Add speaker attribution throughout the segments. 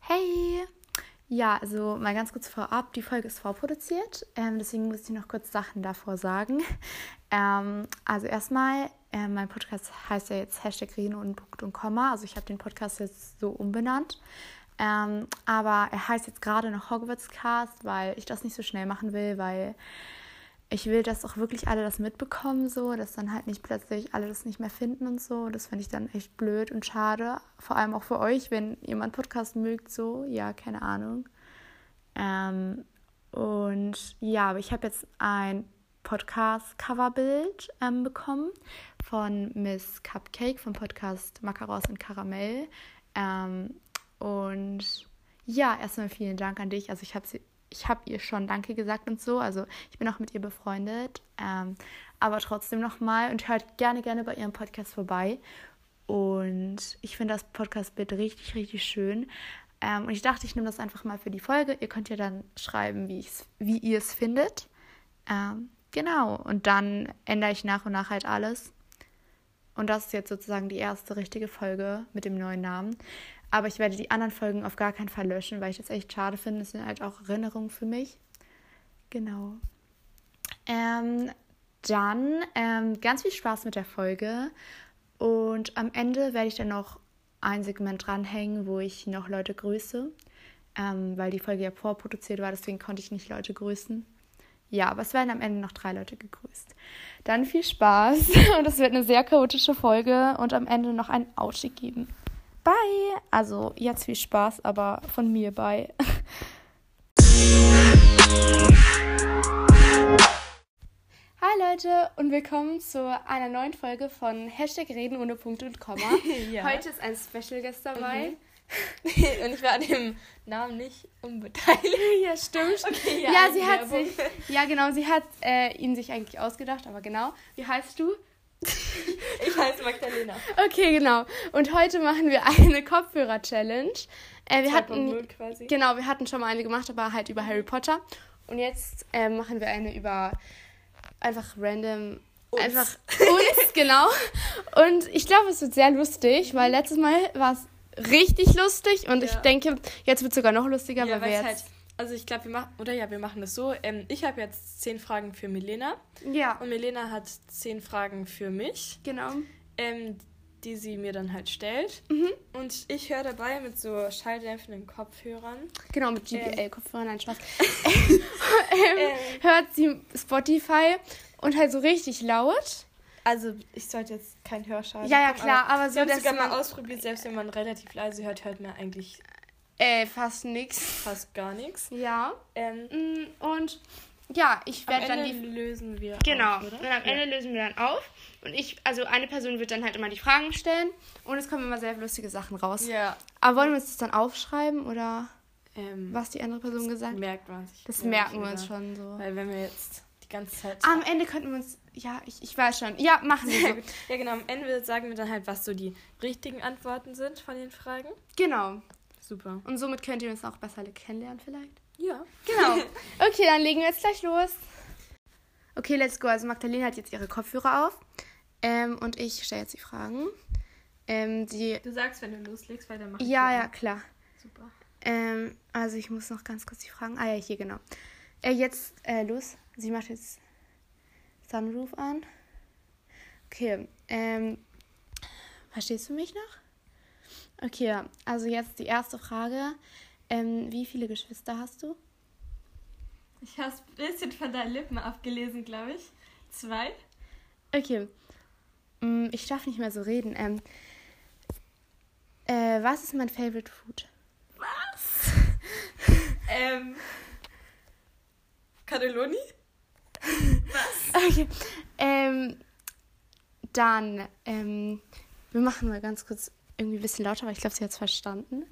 Speaker 1: Hey! Ja, also mal ganz kurz vorab, die Folge ist vorproduziert, ähm, deswegen muss ich noch kurz Sachen davor sagen. Ähm, also erstmal, ähm, mein Podcast heißt ja jetzt Hashtag Rino und Punkt und Komma, also ich habe den Podcast jetzt so umbenannt. Ähm, aber er heißt jetzt gerade noch Hogwarts Cast, weil ich das nicht so schnell machen will, weil ich will, dass auch wirklich alle das mitbekommen, so, dass dann halt nicht plötzlich alle das nicht mehr finden und so. Das finde ich dann echt blöd und schade. Vor allem auch für euch, wenn jemand Podcast mögt, so, ja, keine Ahnung. Ähm, und ja, aber ich habe jetzt ein Podcast-Coverbild ähm, bekommen von Miss Cupcake vom Podcast Macaros und Karamell. Ähm, und ja, erstmal vielen Dank an dich. Also ich habe sie. Ich habe ihr schon Danke gesagt und so. Also ich bin auch mit ihr befreundet. Ähm, aber trotzdem nochmal und hört gerne, gerne bei ihrem Podcast vorbei. Und ich finde das Podcast-Bild richtig, richtig schön. Ähm, und ich dachte, ich nehme das einfach mal für die Folge. Ihr könnt ja dann schreiben, wie, ich's, wie ihr es findet. Ähm, genau. Und dann ändere ich nach und nach halt alles. Und das ist jetzt sozusagen die erste richtige Folge mit dem neuen Namen. Aber ich werde die anderen Folgen auf gar keinen Fall löschen, weil ich das echt schade finde. Es sind halt auch Erinnerungen für mich. Genau. Ähm, dann ähm, ganz viel Spaß mit der Folge. Und am Ende werde ich dann noch ein Segment dranhängen, wo ich noch Leute grüße. Ähm, weil die Folge ja vorproduziert war, deswegen konnte ich nicht Leute grüßen. Ja, aber es werden am Ende noch drei Leute gegrüßt. Dann viel Spaß und es wird eine sehr chaotische Folge und am Ende noch ein Ausstieg geben. Bye! Also jetzt viel Spaß, aber von mir bye. Hi Leute und willkommen zu einer neuen Folge von Hashtag Reden ohne Punkte und Komma.
Speaker 2: Ja. Mhm.
Speaker 1: Heute ist ein Special Guest dabei.
Speaker 2: und ich war an dem Namen nicht unbeteiligt.
Speaker 1: Ja, stimmt.
Speaker 2: Okay,
Speaker 1: ja,
Speaker 2: ja,
Speaker 1: sie hat
Speaker 2: Werbung.
Speaker 1: sich, ja genau, sie hat äh, ihn sich eigentlich ausgedacht, aber genau. Wie heißt du?
Speaker 2: Ich heiße Magdalena.
Speaker 1: Okay, genau. Und heute machen wir eine Kopfhörer-Challenge. Äh,
Speaker 2: halt
Speaker 1: wir hatten
Speaker 2: 2.0 quasi.
Speaker 1: genau, wir hatten schon mal eine gemacht, aber halt über Harry Potter. Und jetzt äh, machen wir eine über einfach random
Speaker 2: Uns.
Speaker 1: einfach uns genau. Und ich glaube, es wird sehr lustig, weil letztes Mal war es richtig lustig und ich
Speaker 2: Ja.
Speaker 1: denke, jetzt wird es sogar noch lustiger,
Speaker 2: Ja,
Speaker 1: weil wir
Speaker 2: weil ich
Speaker 1: jetzt
Speaker 2: halt, also ich glaube, wir machen, oder ja, wir machen das so. Ähm, ich habe jetzt zehn Fragen für Milena
Speaker 1: ja
Speaker 2: halt- und Milena hat zehn Fragen für mich,
Speaker 1: genau
Speaker 2: ähm, die sie mir dann halt stellt.
Speaker 1: Mhm.
Speaker 2: Und ich höre dabei mit so schalldämpfenden Kopfhörern.
Speaker 1: Genau, mit
Speaker 2: Ähm.
Speaker 1: GPL-Kopfhörern, nein, Spaß. ähm, Hört sie Spotify und halt so richtig laut.
Speaker 2: Also ich sollte jetzt keinen Hörschaden
Speaker 1: Ja, ja,
Speaker 2: haben,
Speaker 1: klar, aber so,
Speaker 2: wir haben es
Speaker 1: dass
Speaker 2: sogar mal
Speaker 1: man-
Speaker 2: ausprobiert, selbst wenn man relativ leise hört, hört man eigentlich
Speaker 1: Äh, fast nix.
Speaker 2: fast gar nichts.
Speaker 1: Ja.
Speaker 2: Ähm,
Speaker 1: mm, Und ja, ich
Speaker 2: am
Speaker 1: werde dann
Speaker 2: Ende
Speaker 1: die.
Speaker 2: lösen wir
Speaker 1: Genau.
Speaker 2: auf, oder?
Speaker 1: Und am Ende lösen wir dann auf. Und ich, also eine Person wird dann halt immer die Fragen stellen. Und es kommen immer sehr lustige Sachen raus.
Speaker 2: Ja.
Speaker 1: Aber wollen wir uns das dann aufschreiben oder
Speaker 2: Ähm,
Speaker 1: was die andere Person gesagt hat?
Speaker 2: merkt man sich.
Speaker 1: Das
Speaker 2: glaub ich,
Speaker 1: merken wir
Speaker 2: oder?
Speaker 1: uns schon so.
Speaker 2: Weil wenn wir jetzt die ganze Zeit...
Speaker 1: Am Ende könnten wir uns. Ja, ich, ich weiß schon. Ja, machen wir so.
Speaker 2: Ja genau, am Ende sagen wir dann halt, was so die richtigen Antworten sind von den Fragen.
Speaker 1: genau.
Speaker 2: Super.
Speaker 1: Und somit könnt ihr uns auch besser kennenlernen vielleicht.
Speaker 2: Ja.
Speaker 1: Genau. Okay, dann legen wir jetzt gleich los. Okay, let's go. Also Magdalena hat jetzt ihre Kopfhörer auf. Ähm, und ich stelle jetzt die Fragen. Ähm, die.
Speaker 2: Du sagst, wenn du loslegst, weil dann mach
Speaker 1: Ja, ja, klar.
Speaker 2: Super.
Speaker 1: Ähm, also ich muss noch ganz kurz die Fragen. Ah ja, hier genau. Äh, jetzt äh, los. Sie macht jetzt Sunroof an. Okay. Ähm, verstehst du mich noch? Okay, ja. also jetzt die erste Frage. Ähm, wie viele Geschwister hast du?
Speaker 2: Ich habe ein bisschen von deinen Lippen abgelesen, glaube ich. Zwei.
Speaker 1: Okay. Mm, Ich darf nicht mehr so reden. Ähm, äh, was ist mein Favorite Food?
Speaker 2: Ähm. Cannelloni?
Speaker 1: Okay. Ähm, dann, ähm, wir machen mal ganz kurz irgendwie ein bisschen lauter, weil ich glaube, sie hat es verstanden.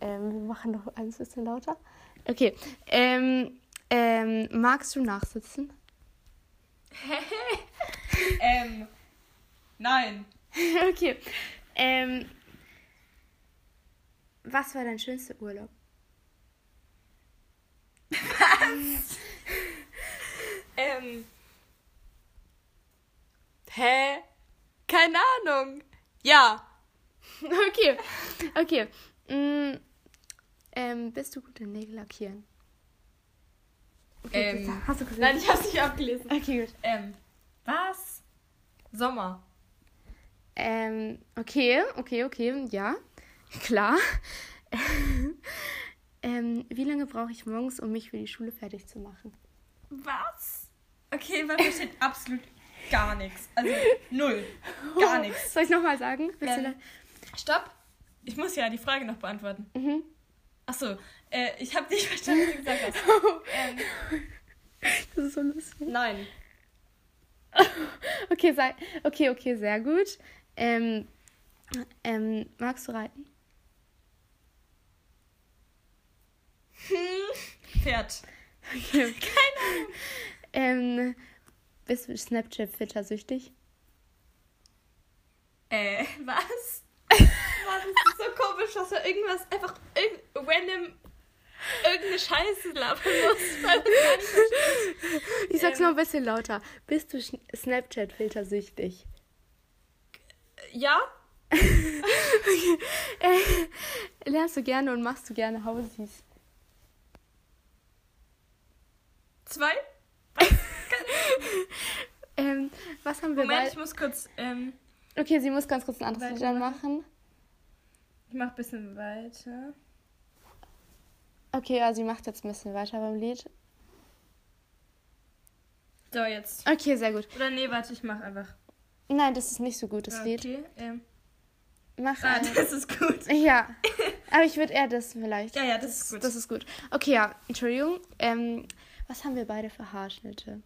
Speaker 1: Ähm, wir machen noch ein bisschen lauter. Okay. Ähm, ähm, magst du nachsitzen?
Speaker 2: Ähm. Nein.
Speaker 1: okay. Ähm, was war dein schönster Urlaub?
Speaker 2: Ähm. Hä?
Speaker 1: Keine Ahnung. Ja.
Speaker 3: Okay, okay. Mm, ähm, bist du gut in Nägel lackieren? Okay,
Speaker 1: Ähm,
Speaker 3: Christa, hast du gesehen?
Speaker 1: Nein, ich hab's nicht abgelesen.
Speaker 3: Okay, gut.
Speaker 1: Ähm, was? Sommer.
Speaker 3: Ähm, okay, okay, okay, ja, klar. ähm, wie lange brauche ich morgens, um mich für die Schule fertig zu machen?
Speaker 1: Was? Okay, man versteht absolut gar nichts. Also null. Gar nichts.
Speaker 3: Soll ich nochmal sagen? Willst du
Speaker 1: Ähm, Stopp. Ich muss ja die Frage noch beantworten.
Speaker 3: da- mhm.
Speaker 1: Achso, äh, ich habe nicht verstanden, was du gesagt hast. Ähm,
Speaker 3: Das ist so lustig.
Speaker 1: nein.
Speaker 3: Okay, sei, okay, okay, sehr gut. Ähm, ähm, magst du reiten?
Speaker 1: Pferd.
Speaker 3: Keine Ahnung. Ähm, bist du Snapchat-Filter-süchtig?
Speaker 1: Äh, was? Mann, das ist so komisch, dass man irgendwas einfach irgend random irgendeine Scheiße labern muss. Weil man gar nicht versteht.
Speaker 3: Ich sag's
Speaker 1: Ähm.
Speaker 3: noch ein bisschen lauter. Bist du Schn- Snapchat-Filter-süchtig?
Speaker 1: ja?
Speaker 3: Lernst du gerne und machst du gerne Hausies?
Speaker 1: Zwei?
Speaker 3: Ähm, was haben wir
Speaker 1: Moment,
Speaker 3: bei...
Speaker 1: ich muss kurz. Ähm,
Speaker 3: Okay, sie muss ganz kurz ein anderes Lied
Speaker 1: Weitermachen.
Speaker 3: machen.
Speaker 1: ich mach ein bisschen weiter.
Speaker 3: Okay, ja, sie macht jetzt ein bisschen weiter beim Lied.
Speaker 1: So, jetzt.
Speaker 3: Okay, sehr gut.
Speaker 1: Oder nee, warte, ich mach einfach.
Speaker 3: Nein, das ist nicht so gut, das Lied.
Speaker 1: okay, ähm.
Speaker 3: Mach
Speaker 1: Ah,
Speaker 3: ein-
Speaker 1: das ist gut.
Speaker 3: Ja, aber ich würde eher das vielleicht.
Speaker 1: Ja, ja, das ist gut.
Speaker 3: Das ist gut. Okay, ja, Entschuldigung. Ähm, was haben wir beide für Haarschnitte?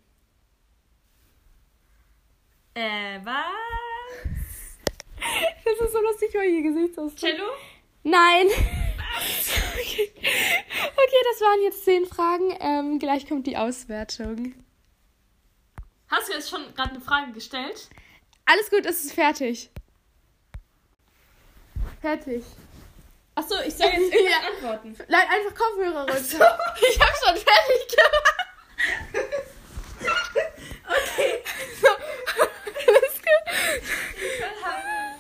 Speaker 1: Äh, was?
Speaker 3: Das ist so lustig, weil ihr Gesichtsausdruck.
Speaker 1: Cello?
Speaker 3: Nein! okay. okay, das waren jetzt zehn Fragen. Ähm, gleich kommt die Auswertung.
Speaker 1: Hast du jetzt schon gerade eine Frage gestellt?
Speaker 3: Alles gut, es ist fertig. Fertig.
Speaker 1: Achso, ich soll jetzt irgendwas antworten.
Speaker 3: Nein, einfach Kopfhörer runter. Ich hab schon fertig gemacht. okay. Alles gut.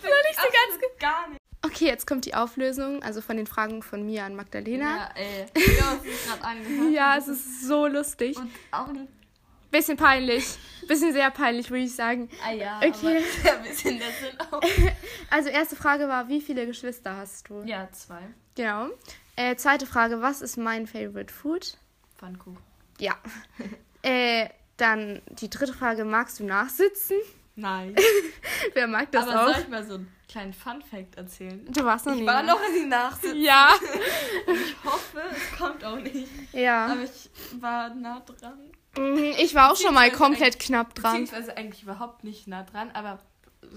Speaker 1: Soll
Speaker 3: ich sie ganz
Speaker 1: gar nicht.
Speaker 3: Okay, jetzt kommt die Auflösung, also von den Fragen von mir an Magdalena.
Speaker 2: Ja, ey. Ich habe es gerade angehört.
Speaker 3: Ja, es ist so lustig.
Speaker 2: Und auch ein.
Speaker 3: Bisschen peinlich. Bisschen sehr peinlich, würde ich sagen.
Speaker 2: Ah ja.
Speaker 3: Okay.
Speaker 2: Aber ein bisschen der Sinn auch.
Speaker 3: Also erste Frage war, wie viele Geschwister hast du?
Speaker 2: Ja, zwei.
Speaker 3: Genau. Äh, zweite Frage, was ist mein favorite food?
Speaker 2: Pfannkuchen.
Speaker 3: Ja. äh, dann die dritte Frage, magst du nachsitzen?
Speaker 2: Nein.
Speaker 3: Wer mag das
Speaker 2: aber soll
Speaker 3: auch?
Speaker 2: ich mal so einen kleinen Fun-Fact erzählen?
Speaker 3: Du warst noch nie.
Speaker 2: Ich war noch in die Nachsitzen.
Speaker 3: Ja.
Speaker 2: Ich hoffe, es kommt auch nicht.
Speaker 3: Ja.
Speaker 2: Aber ich war nah dran.
Speaker 3: Mhm, Ich war auch schon mal
Speaker 2: Beziehungsweise
Speaker 3: komplett knapp dran.
Speaker 2: Beziehungsweise eigentlich überhaupt nicht nah dran, aber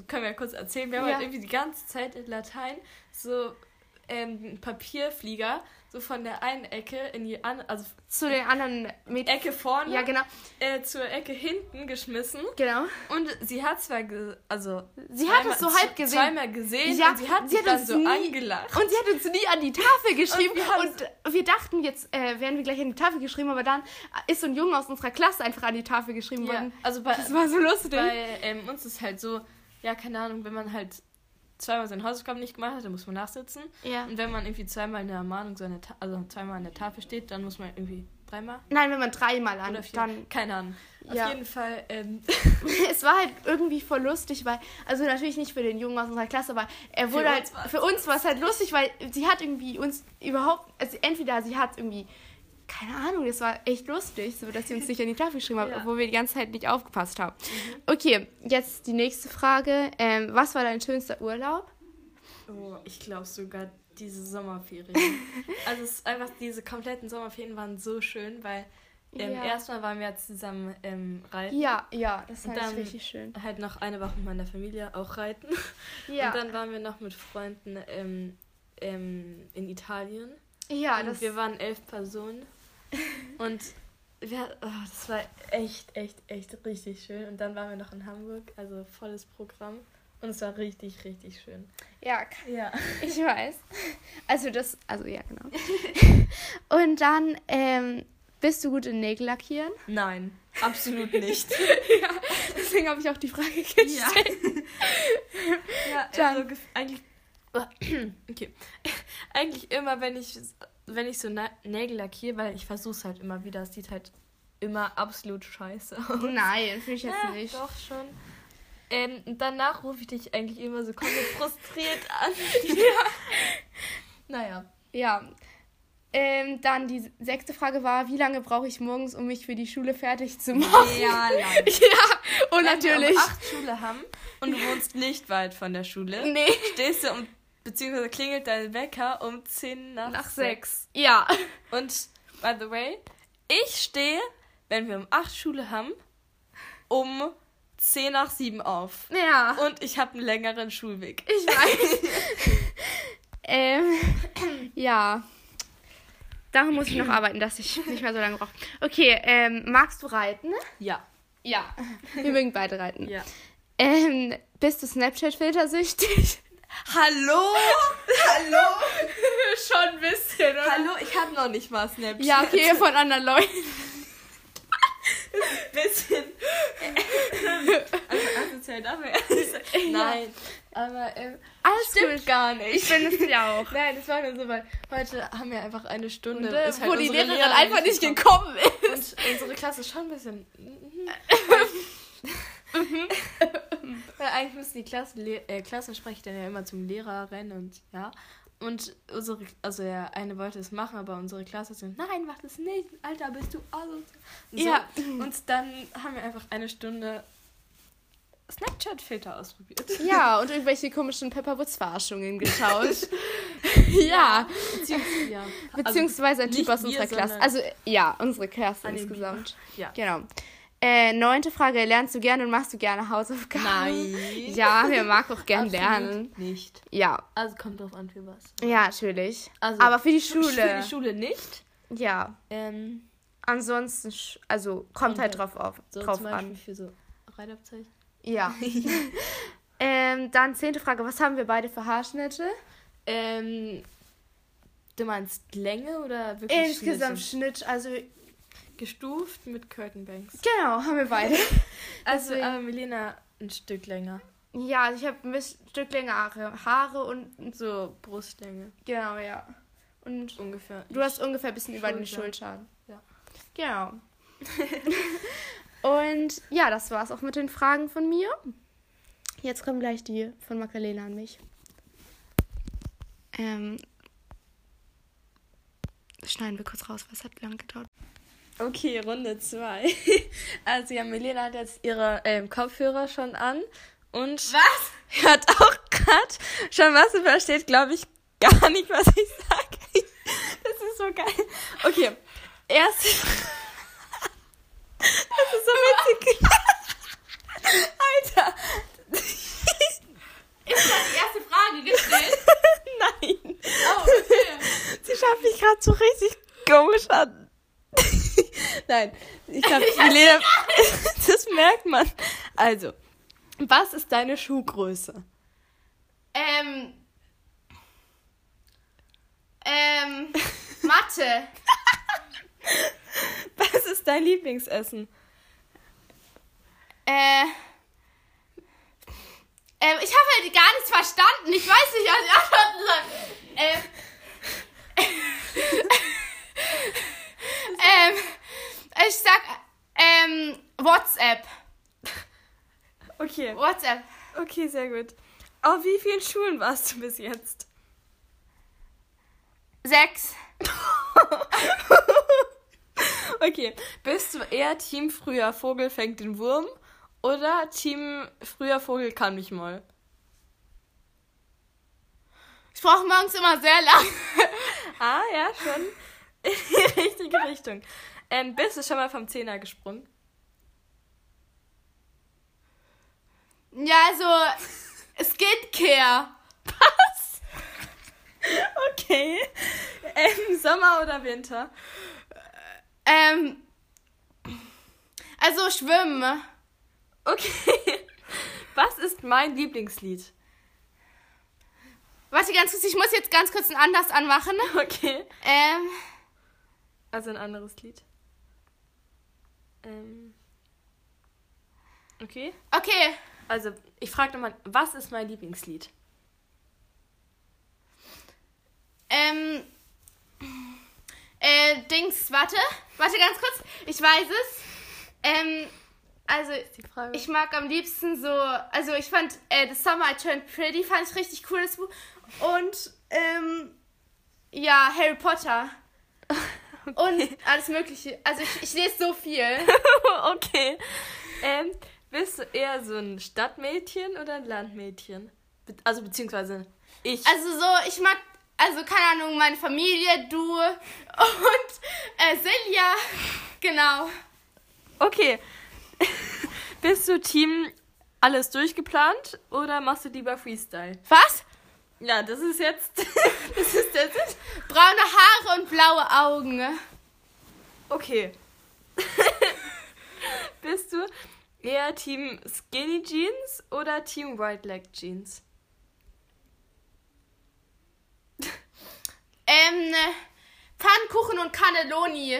Speaker 2: können wir ja kurz erzählen. Wir haben
Speaker 3: Ja.
Speaker 2: halt irgendwie die ganze Zeit in Latein so ähm, Papierflieger so von der einen Ecke in die andere, also
Speaker 3: Zu den anderen Mädchen.
Speaker 2: Ecke vorne
Speaker 3: Ja, genau.
Speaker 2: äh, zur Ecke hinten geschmissen.
Speaker 3: Genau.
Speaker 2: Und sie hat zwar, ge also
Speaker 3: Sie hat es so halb
Speaker 2: z-
Speaker 3: gesehen.
Speaker 2: zweimal gesehen
Speaker 3: Ja,
Speaker 2: und sie hat
Speaker 3: sie
Speaker 2: sich
Speaker 3: hat
Speaker 2: dann
Speaker 3: uns
Speaker 2: so
Speaker 3: nie-
Speaker 2: angelacht.
Speaker 3: Und sie hat uns nie an die Tafel geschrieben.
Speaker 2: Und wir haben-
Speaker 3: Und wir, dachten, jetzt äh, wären wir gleich an die Tafel geschrieben, aber dann ist so ein Junge aus unserer Klasse einfach an die Tafel geschrieben
Speaker 2: Ja,
Speaker 3: worden.
Speaker 2: also bei,
Speaker 3: Das war so lustig.
Speaker 2: bei ähm, uns ist halt so, ja, keine Ahnung, wenn man halt zweimal seine Hausaufgaben nicht gemacht hat, dann muss man nachsitzen.
Speaker 3: ja.
Speaker 2: Und wenn man irgendwie zweimal in der Ermahnung, so an der Ta also zweimal an der Tafel steht, dann muss man irgendwie dreimal
Speaker 3: Nein, wenn man dreimal an,
Speaker 2: oder viermal.
Speaker 3: dann.
Speaker 2: Keine Ahnung.
Speaker 3: Ja.
Speaker 2: Auf jeden Fall, ähm,
Speaker 3: Es war halt irgendwie voll lustig, weil, also natürlich nicht für den Jungen aus unserer Klasse, aber er wurde
Speaker 2: Für
Speaker 3: halt,
Speaker 2: uns war's
Speaker 3: für uns war es halt lustig, weil sie hat irgendwie uns überhaupt, also entweder sie hat irgendwie, keine Ahnung, das war echt lustig, so dass sie uns nicht an die Tafel geschrieben hat,
Speaker 2: Ja. Mhm.
Speaker 3: obwohl wir die ganze Zeit nicht aufgepasst haben. Okay, jetzt die nächste Frage. Ähm, was war dein schönster Urlaub?
Speaker 2: oh, ich glaube sogar diese Sommerferien. also es ist einfach, diese kompletten Sommerferien waren so schön, weil ähm,
Speaker 3: Ja.
Speaker 2: erstmal waren wir ja zusammen ähm, reiten.
Speaker 3: Ja, ja, das
Speaker 2: Und
Speaker 3: fand ich
Speaker 2: dann-
Speaker 3: richtig schön.
Speaker 2: Halt noch eine Woche mit meiner Familie auch reiten.
Speaker 3: Ja,
Speaker 2: Und dann waren wir noch mit Freunden ähm, ähm, in Italien.
Speaker 3: ja,
Speaker 2: und
Speaker 3: das,
Speaker 2: wir waren elf Personen. Und wir, oh, das war echt, echt, echt richtig schön. Und dann waren wir noch in Hamburg, also volles Programm. Und es war richtig, richtig schön.
Speaker 3: ja,
Speaker 2: Ja.
Speaker 3: Ich weiß. Also das, also ja, genau. Und dann, ähm, bist du gut in Nägel lackieren?
Speaker 2: Nein. Absolut nicht.
Speaker 1: ja, deswegen habe ich auch die Frage gestellt.
Speaker 2: ja. ja also
Speaker 1: Dann-
Speaker 2: gef- eigentlich. Okay. Eigentlich immer, wenn ich, wenn ich so Na Nägel lackiere, weil ich versuche es halt immer wieder, es sieht halt immer absolut scheiße aus.
Speaker 3: Nein, finde ich jetzt
Speaker 2: Ja,
Speaker 3: nicht.
Speaker 2: Ah, Doch schon. Ähm, und danach rufe ich dich eigentlich immer so komplett frustriert an. Naja.
Speaker 3: Ja. Ähm, dann die sechste Frage war, wie lange brauche ich morgens, um mich für die Schule fertig zu Oh, machen?
Speaker 2: Ja, lang.
Speaker 1: ja, und
Speaker 2: Wenn
Speaker 1: natürlich.
Speaker 2: wir um acht Schule haben und du wohnst nicht weit von der Schule,
Speaker 1: Nee.
Speaker 2: stehst du um, beziehungsweise klingelt dein Wecker um 10 nach,
Speaker 3: Nach
Speaker 2: sechs.
Speaker 1: Ja.
Speaker 2: Und, by the way, ich stehe, wenn wir um 8 Schule haben, um 10 nach 7 auf.
Speaker 1: Ja.
Speaker 2: Und ich habe einen längeren Schulweg.
Speaker 1: Ich weiß.
Speaker 3: Ähm, ja. Daran muss ich noch arbeiten, dass ich nicht mehr so lange brauche. Okay, ähm, magst du reiten?
Speaker 2: Ja.
Speaker 3: Ja. Wir mögen beide reiten.
Speaker 2: Ja.
Speaker 3: Ähm, bist du Snapchat-filtersüchtig?
Speaker 2: Hallo?
Speaker 3: Schon ein bisschen, oder?
Speaker 2: Hallo? Ich habe noch nicht mal Snapchat.
Speaker 3: Ja, okay, von anderen Leuten.
Speaker 2: bisschen. also asozial darf man ehrlich sein. Nein. Aber ähm,
Speaker 3: Alles
Speaker 2: stimmt
Speaker 3: gut.
Speaker 2: gar nicht.
Speaker 3: Ich bin es ja auch.
Speaker 2: Nein, das war nur so, weil heute haben wir einfach eine Stunde.
Speaker 3: Und, äh,
Speaker 2: ist halt
Speaker 3: wo die
Speaker 2: unsere
Speaker 3: Lehrerin einfach nicht gekommen ist.
Speaker 2: Und unsere Klasse ist schon ein bisschen. mhm.
Speaker 3: Mhm.
Speaker 2: Weil eigentlich müssen die Klassen, äh, Klassensprecher dann ja immer zum Lehrer rennen und ja. Und unsere, also ja, eine wollte es machen, aber unsere Klasse so, nein, mach das nicht, Alter, bist du asozial. So.
Speaker 3: Ja.
Speaker 2: Und dann haben wir einfach eine Stunde Snapchat-Filter ausprobiert.
Speaker 3: Ja, und irgendwelche komischen Pepperwoods-Verarschungen geschaut. ja.
Speaker 2: Beziehungsweise, ja.
Speaker 3: Beziehungsweise ein Typ
Speaker 2: nicht
Speaker 3: aus
Speaker 2: wir,
Speaker 3: unserer Klasse.
Speaker 2: sondern-
Speaker 3: Also, ja, unsere Klasse
Speaker 2: An den
Speaker 3: insgesamt.
Speaker 2: Ja.
Speaker 3: Genau. Äh, neunte Frage: Lernst du gerne und machst du gerne Hausaufgaben?
Speaker 2: Nein.
Speaker 3: Ja, wir mag auch gern
Speaker 2: Absolut
Speaker 3: lernen.
Speaker 2: Nicht.
Speaker 3: Ja,
Speaker 2: Also kommt drauf an, für was.
Speaker 3: ja, natürlich.
Speaker 2: Also,
Speaker 3: Aber für die
Speaker 2: Für
Speaker 3: Schule.
Speaker 2: die Schule nicht.
Speaker 3: ja.
Speaker 2: Ähm,
Speaker 3: Ansonsten, sch- also kommt
Speaker 2: halt-
Speaker 3: halt drauf, auf,
Speaker 2: so
Speaker 3: drauf
Speaker 2: zum Beispiel
Speaker 3: an.
Speaker 2: für so Reitabzeichen.
Speaker 3: Ja. ähm, dann zehnte Frage: Was haben wir beide für Haarschnitte?
Speaker 2: Ähm, du meinst Länge oder wirklich
Speaker 3: Insgesamt
Speaker 2: Schnitte?
Speaker 3: Schnitt, also
Speaker 2: gestuft mit Curtain Banks.
Speaker 3: genau, haben wir beide.
Speaker 2: Also,
Speaker 3: Deswegen-
Speaker 2: aber Milena ein Stück länger.
Speaker 3: ja, also ich habe ein bisschen- Stück länger Haare, Haare und
Speaker 2: So Brustlänge
Speaker 3: genau, ja. Und
Speaker 2: ungefähr.
Speaker 3: Du hast ungefähr ein bisschen über den
Speaker 2: Schulter.
Speaker 3: Schultern.
Speaker 2: Ja.
Speaker 3: Genau. Und ja, das war's auch mit den Fragen von mir. Jetzt kommen gleich die von Magdalena an mich. Ähm, schneiden wir kurz raus, was hat lang gedauert.
Speaker 2: Okay, Runde 2. Also ja, Milena hat jetzt ihre ähm, Kopfhörer schon an und
Speaker 1: Was?
Speaker 2: hört auch gerade schon was und versteht, glaube ich, gar nicht, was ich sage. Das ist so geil. Okay, erste. Das ist so witzig. Alter,
Speaker 1: Die erste Frage gestellt.
Speaker 2: nein.
Speaker 1: Oh, okay.
Speaker 2: Sie schafft mich gerade so richtig komisch an. Nein, ich glaube, Milena, das merkt man. Also, was ist deine Schuhgröße?
Speaker 1: Ähm. Ähm. Mathe.
Speaker 2: Was ist dein Lieblingsessen?
Speaker 1: Äh. Ähm, ich habe halt gar nichts verstanden. Ich weiß nicht, was ich antworten soll. Ähm. ähm. Ich sag. Ähm. WhatsApp.
Speaker 2: Okay,
Speaker 1: WhatsApp.
Speaker 2: okay, sehr gut. Auf wie vielen Schulen warst du bis jetzt?
Speaker 1: Sechs.
Speaker 2: Okay, bist du eher Team früher Vogel fängt den Wurm oder Team früher Vogel kann mich mal?
Speaker 1: Ich brauche morgens immer sehr lang.
Speaker 2: Ah, ja, schon. In die richtige Richtung. Ähm, bist du schon mal vom Zehner gesprungen?
Speaker 1: Ja, also. Es geht Care.
Speaker 2: Okay. Ähm, Sommer oder Winter?
Speaker 1: Ähm. Also schwimmen.
Speaker 2: Okay. Was ist mein Lieblingslied?
Speaker 1: Warte ganz kurz, ich muss jetzt ganz kurz ein anders anmachen.
Speaker 2: Okay.
Speaker 1: Ähm.
Speaker 2: Also ein anderes Lied. Ähm, Okay.
Speaker 4: Okay.
Speaker 2: Also, ich frage nochmal, was ist mein Lieblingslied?
Speaker 4: Ähm. Äh, Dings, warte. Warte ganz kurz. Ich weiß es. Ähm, also,
Speaker 2: Die Frage.
Speaker 4: ich mag am liebsten so. Also, ich fand äh, The Summer I Turned Pretty, fand ich richtig cool, das Buch. Und, ähm. Ja, Harry Potter. Und alles Mögliche. Also, ich, ich lese so viel.
Speaker 2: okay. Ähm, bist du eher so ein Stadtmädchen oder ein Landmädchen? Be also, beziehungsweise ich.
Speaker 4: Also, so, ich mag. Also, keine Ahnung, meine Familie, du und äh, Silja. Genau.
Speaker 2: Okay. bist du Team alles durchgeplant oder machst du lieber Freestyle?
Speaker 4: Was?
Speaker 2: Ja, das ist jetzt.
Speaker 4: Das ist, das ist braune Haare und blaue Augen.
Speaker 2: Okay. Bist du eher Team Skinny Jeans oder Team Wide Leg Jeans?
Speaker 3: äh,
Speaker 4: Ähm, Pfannkuchen und Cannelloni.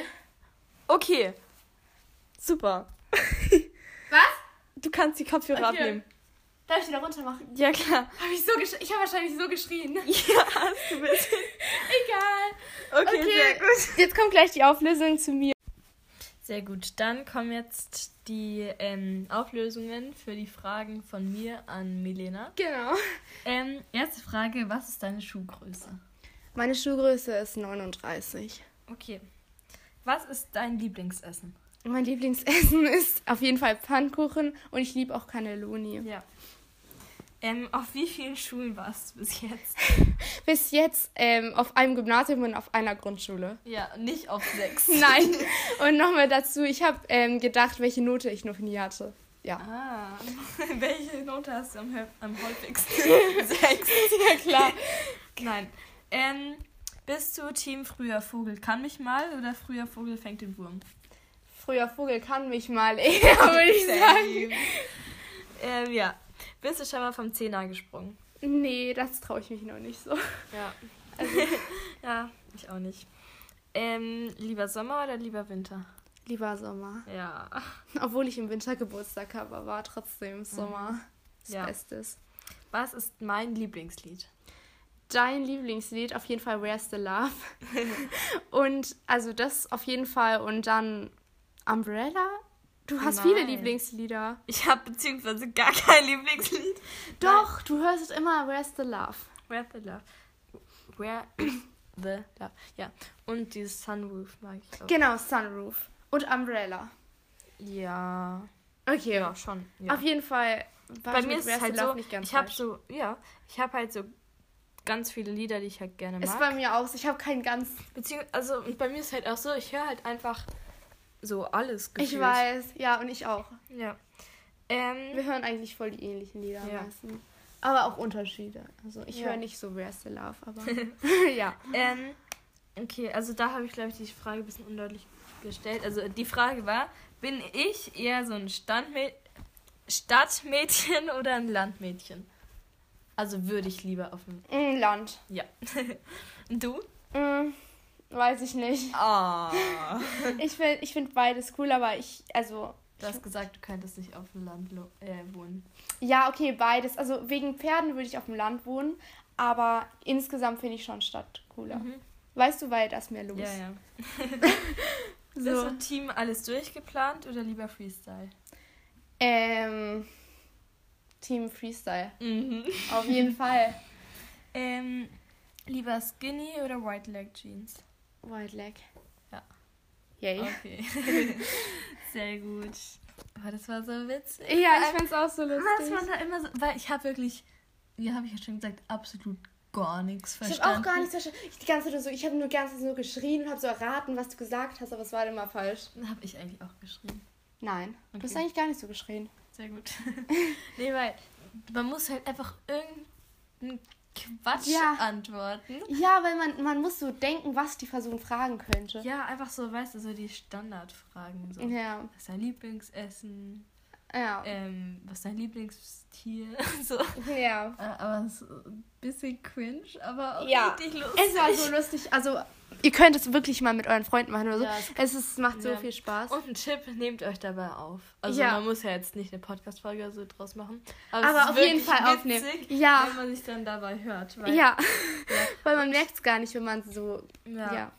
Speaker 2: Okay. Super.
Speaker 4: Was?
Speaker 2: Du kannst die Kopfhörer
Speaker 4: Okay.
Speaker 2: abnehmen.
Speaker 4: Darf ich die da runter machen?
Speaker 2: Ja, klar.
Speaker 4: Hab ich so gesch ich habe wahrscheinlich so geschrien.
Speaker 2: Ja, hast du bist.
Speaker 4: Egal.
Speaker 2: Okay, sehr gut.
Speaker 4: Jetzt kommt gleich die Auflösung zu mir.
Speaker 2: Sehr gut. Dann kommen jetzt die ähm, Auflösungen für die Fragen von mir an Milena.
Speaker 4: Genau.
Speaker 2: Ähm, erste Frage: Was ist deine Schuhgröße?
Speaker 3: Meine Schuhgröße ist 39.
Speaker 2: Okay. Was ist dein Lieblingsessen?
Speaker 3: Mein Lieblingsessen ist auf jeden Fall Pfannkuchen und ich liebe auch Cannelloni.
Speaker 2: Ja. Ähm, auf wie vielen Schulen warst du bis jetzt?
Speaker 3: Bis jetzt ähm, auf einem Gymnasium und auf einer Grundschule.
Speaker 2: Ja, nicht auf sechs.
Speaker 3: Nein. Und nochmal dazu, ich habe ähm, gedacht, welche Note ich noch nie hatte. Ja,
Speaker 2: Ah, welche Note hast du am, hö- am häufigsten? sechs.
Speaker 3: ja klar.
Speaker 2: Nein. Ähm, bist du Team früher Vogel kann mich mal oder früher Vogel fängt den Wurm?
Speaker 3: Früher Vogel kann mich mal eher, würde ich sagen.
Speaker 2: Ähm, ja. Bist du schon mal vom Zehner gesprungen?
Speaker 3: Nee, das traue ich mich noch nicht so.
Speaker 2: Ja. ja, ich auch nicht. Ähm, lieber Sommer oder lieber Winter?
Speaker 3: Lieber Sommer.
Speaker 2: Ja.
Speaker 3: Obwohl ich im Winter Geburtstag habe, aber war trotzdem Sommer das
Speaker 2: Mhm. Ja.
Speaker 3: Beste. ist.
Speaker 2: Was ist mein Lieblingslied?
Speaker 3: Dein Lieblingslied auf jeden Fall Where's the Love. und also das auf jeden Fall und dann Umbrella. Du hast viele
Speaker 2: Nein.
Speaker 3: Lieblingslieder.
Speaker 2: Ich habe beziehungsweise gar kein Lieblingslied.
Speaker 3: Doch, du hörst immer Where's the Love.
Speaker 2: Where the Love. Where the Love. Ja. Und dieses Sunroof mag ich auch.
Speaker 3: Genau, Sunroof und Umbrella.
Speaker 2: ja.
Speaker 3: Okay,
Speaker 2: Ja, schon. Ja.
Speaker 3: auf jeden Fall. war
Speaker 2: Bei
Speaker 3: ich
Speaker 2: mir
Speaker 3: mit
Speaker 2: ist
Speaker 3: Where's
Speaker 2: es
Speaker 3: the
Speaker 2: halt
Speaker 3: Love
Speaker 2: so,
Speaker 3: nicht ganz
Speaker 2: ich habe
Speaker 3: falsch.
Speaker 2: so, ja, ich habe halt so ganz viele Lieder, die ich halt gerne mag.
Speaker 3: Ist bei mir auch so. Ich habe keinen ganz.
Speaker 2: Beziehungs also und bei mir ist halt auch so, ich höre halt einfach so alles gefühlt.
Speaker 3: Ich weiß, ja, und ich auch.
Speaker 2: Ja. Ähm,
Speaker 3: Wir hören eigentlich voll die ähnlichen Lieder
Speaker 2: Ja.
Speaker 3: am meisten. Aber auch Unterschiede. Also ich
Speaker 2: Ja.
Speaker 3: höre nicht so Where's the Love, aber ja.
Speaker 2: ähm, okay, also da habe ich, glaube ich, die Frage ein bisschen undeutlich gestellt. Also die Frage war, bin ich eher so ein Standmä Stadtmädchen oder ein Landmädchen? Also würde ich lieber auf dem...
Speaker 3: Mm, Land.
Speaker 2: Ja. Und du?
Speaker 3: Mm, weiß ich nicht.
Speaker 2: Ah.
Speaker 3: Ich finde ich find beides cool, aber ich, also,
Speaker 2: Du hast gesagt, du könntest nicht auf dem Land lo- äh, wohnen.
Speaker 3: ja, okay, beides. Also wegen Pferden würde ich auf dem Land wohnen, aber insgesamt finde ich schon Stadt cooler.
Speaker 2: Mhm.
Speaker 3: Weißt du, weil das mehr los.
Speaker 2: Ja, ja. Bist
Speaker 3: So.
Speaker 2: du Team alles durchgeplant oder lieber Freestyle?
Speaker 3: Ähm, Team Freestyle.
Speaker 2: Mhm.
Speaker 3: Auf jeden Fall.
Speaker 2: Ähm, lieber Skinny oder White Leg Jeans?
Speaker 3: White Leg.
Speaker 2: Ja.
Speaker 3: Yay.
Speaker 2: Okay. Sehr gut. Aber das war so witzig.
Speaker 3: Ja, ich find's auch so
Speaker 2: Was
Speaker 3: lustig.
Speaker 2: man da immer so. Weil ich habe wirklich, wie habe ich ja schon gesagt, absolut gar nichts
Speaker 3: Ich
Speaker 2: verstanden.
Speaker 3: habe auch gar nichts verstanden. Ich die ganze Zeit so, ich habe nur die ganze Zeit so geschrien und habe so erraten, was du gesagt hast, aber es war immer falsch.
Speaker 2: Habe ich eigentlich auch geschrieben.
Speaker 3: Nein,
Speaker 2: Okay.
Speaker 3: du hast eigentlich gar nicht so geschrien.
Speaker 2: Sehr gut. nee, weil man muss halt einfach irgendeinen Quatsch
Speaker 3: Ja.
Speaker 2: antworten.
Speaker 3: Ja, weil man, man muss so denken, was die Person fragen könnte.
Speaker 2: Ja, einfach so, weißt du, so die Standardfragen. So.
Speaker 3: Ja.
Speaker 2: Was ist dein Lieblingsessen?
Speaker 3: Ja.
Speaker 2: ähm, was ist dein Lieblingstier? so.
Speaker 3: ja.
Speaker 2: Äh, Aber es ist ein bisschen cringe, aber auch
Speaker 3: Ja.
Speaker 2: richtig lustig.
Speaker 3: Es war so lustig. Also, ihr könnt es wirklich mal mit euren Freunden machen oder so.
Speaker 2: Ja, es-
Speaker 3: es ist, macht so
Speaker 2: Ja.
Speaker 3: viel Spaß.
Speaker 2: Und ein Tipp, nehmt euch dabei auf. Also
Speaker 3: Ja.
Speaker 2: man muss ja jetzt nicht eine Podcast-Folge so draus machen.
Speaker 3: Aber
Speaker 2: es ist
Speaker 3: auf jeden
Speaker 2: wirklich
Speaker 3: Fall
Speaker 2: witzig,
Speaker 3: aufnehmen. Ja.
Speaker 2: Wenn man sich dann dabei hört. Weil,
Speaker 3: ja. Weil man merkt es gar nicht, wenn man so. Ja.
Speaker 2: Ja.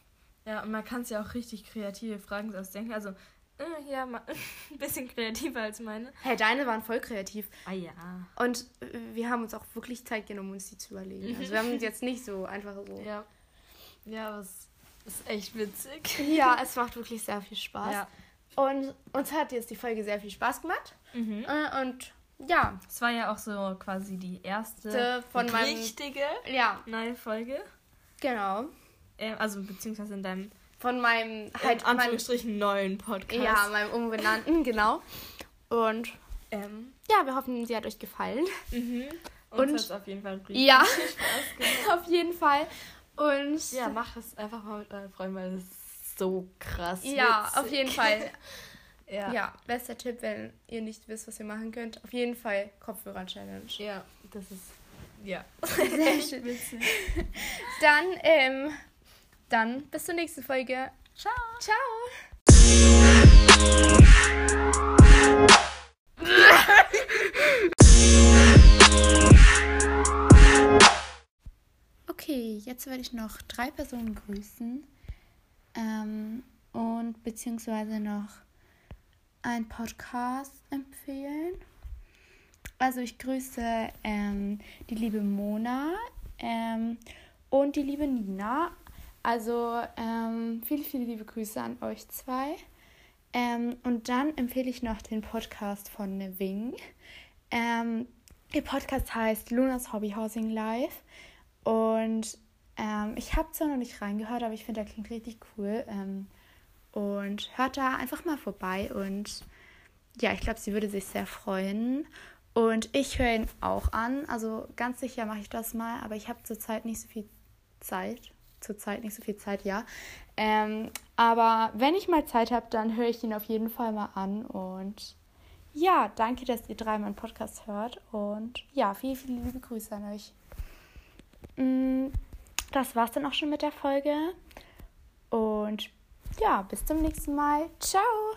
Speaker 2: ja. und man kann es ja auch richtig kreative Fragen ausdenken. Also, äh, ja, ma- ein bisschen kreativer als meine.
Speaker 3: Hey, deine waren voll kreativ.
Speaker 2: Ah ja.
Speaker 3: Und äh, wir haben uns auch wirklich Zeit genommen, uns die zu überlegen. Also, wir haben uns jetzt nicht so einfach so.
Speaker 2: Ja. Ja, aber es ist echt witzig.
Speaker 3: Ja, es macht wirklich sehr viel Spaß. Und uns hat jetzt die Folge sehr viel Spaß gemacht.
Speaker 2: Mhm.
Speaker 3: Äh, Und ja,
Speaker 2: Es war ja auch so quasi die
Speaker 3: Äh,
Speaker 2: erste
Speaker 3: von meinem-
Speaker 2: richtige
Speaker 3: ja,
Speaker 2: neue Folge.
Speaker 3: genau.
Speaker 2: Ähm, also, beziehungsweise in deinem
Speaker 3: Von meinem halt
Speaker 2: halt
Speaker 3: meinem-
Speaker 2: Anführungsstrichen neuen Podcast.
Speaker 3: ja, meinem Umbenannten, genau. Und
Speaker 2: Ähm,
Speaker 3: ja, wir hoffen, sie hat euch gefallen.
Speaker 2: mhm.
Speaker 3: Und-
Speaker 2: Und hat's auf jeden Fall richtig
Speaker 3: Ja,
Speaker 2: Spaß gemacht.
Speaker 3: auf jeden Fall. Und
Speaker 2: Ja, mach das einfach mal mit euren Freunden, weil das ist so krass.
Speaker 3: ja,
Speaker 2: witzig.
Speaker 3: auf jeden Fall.
Speaker 2: Ja.
Speaker 3: Ja. bester Tipp, wenn ihr nicht wisst, was ihr machen könnt. Auf jeden Fall Kopfhörer-Challenge.
Speaker 2: Ja, das ist. Ja.
Speaker 3: Sehr schön.
Speaker 2: Witzig.
Speaker 3: Dann, ähm, dann bis zur nächsten Folge.
Speaker 2: Ciao.
Speaker 3: Ciao.
Speaker 1: Okay, jetzt werde ich noch drei Personen grüßen ähm, und beziehungsweise noch einen Podcast empfehlen. Also ich grüße ähm, die liebe Mona ähm, und die liebe Nina. Also ähm, viele, viele liebe Grüße an euch zwei. Ähm, und dann empfehle ich noch den Podcast von Ne Wing. Ähm, ihr Podcast heißt Lunas Hobby Housing Life. Und ähm, ich habe zwar noch nicht reingehört, aber ich finde, der klingt richtig cool. Ähm, und hört da einfach mal vorbei. Und ja, ich glaube, sie würde sich sehr freuen. Und ich höre ihn auch an. Also ganz sicher mache ich das mal, aber ich habe zurzeit nicht so viel Zeit. Zurzeit nicht so viel Zeit, ja. Ähm, aber wenn ich mal Zeit habe, dann höre ich ihn auf jeden Fall mal an. Und ja, danke, dass ihr drei meinen Podcast hört. Und ja, viele, viele liebe Grüße an euch. Mm, Das war's dann auch schon mit der Folge. Und ja, bis zum nächsten Mal. Ciao!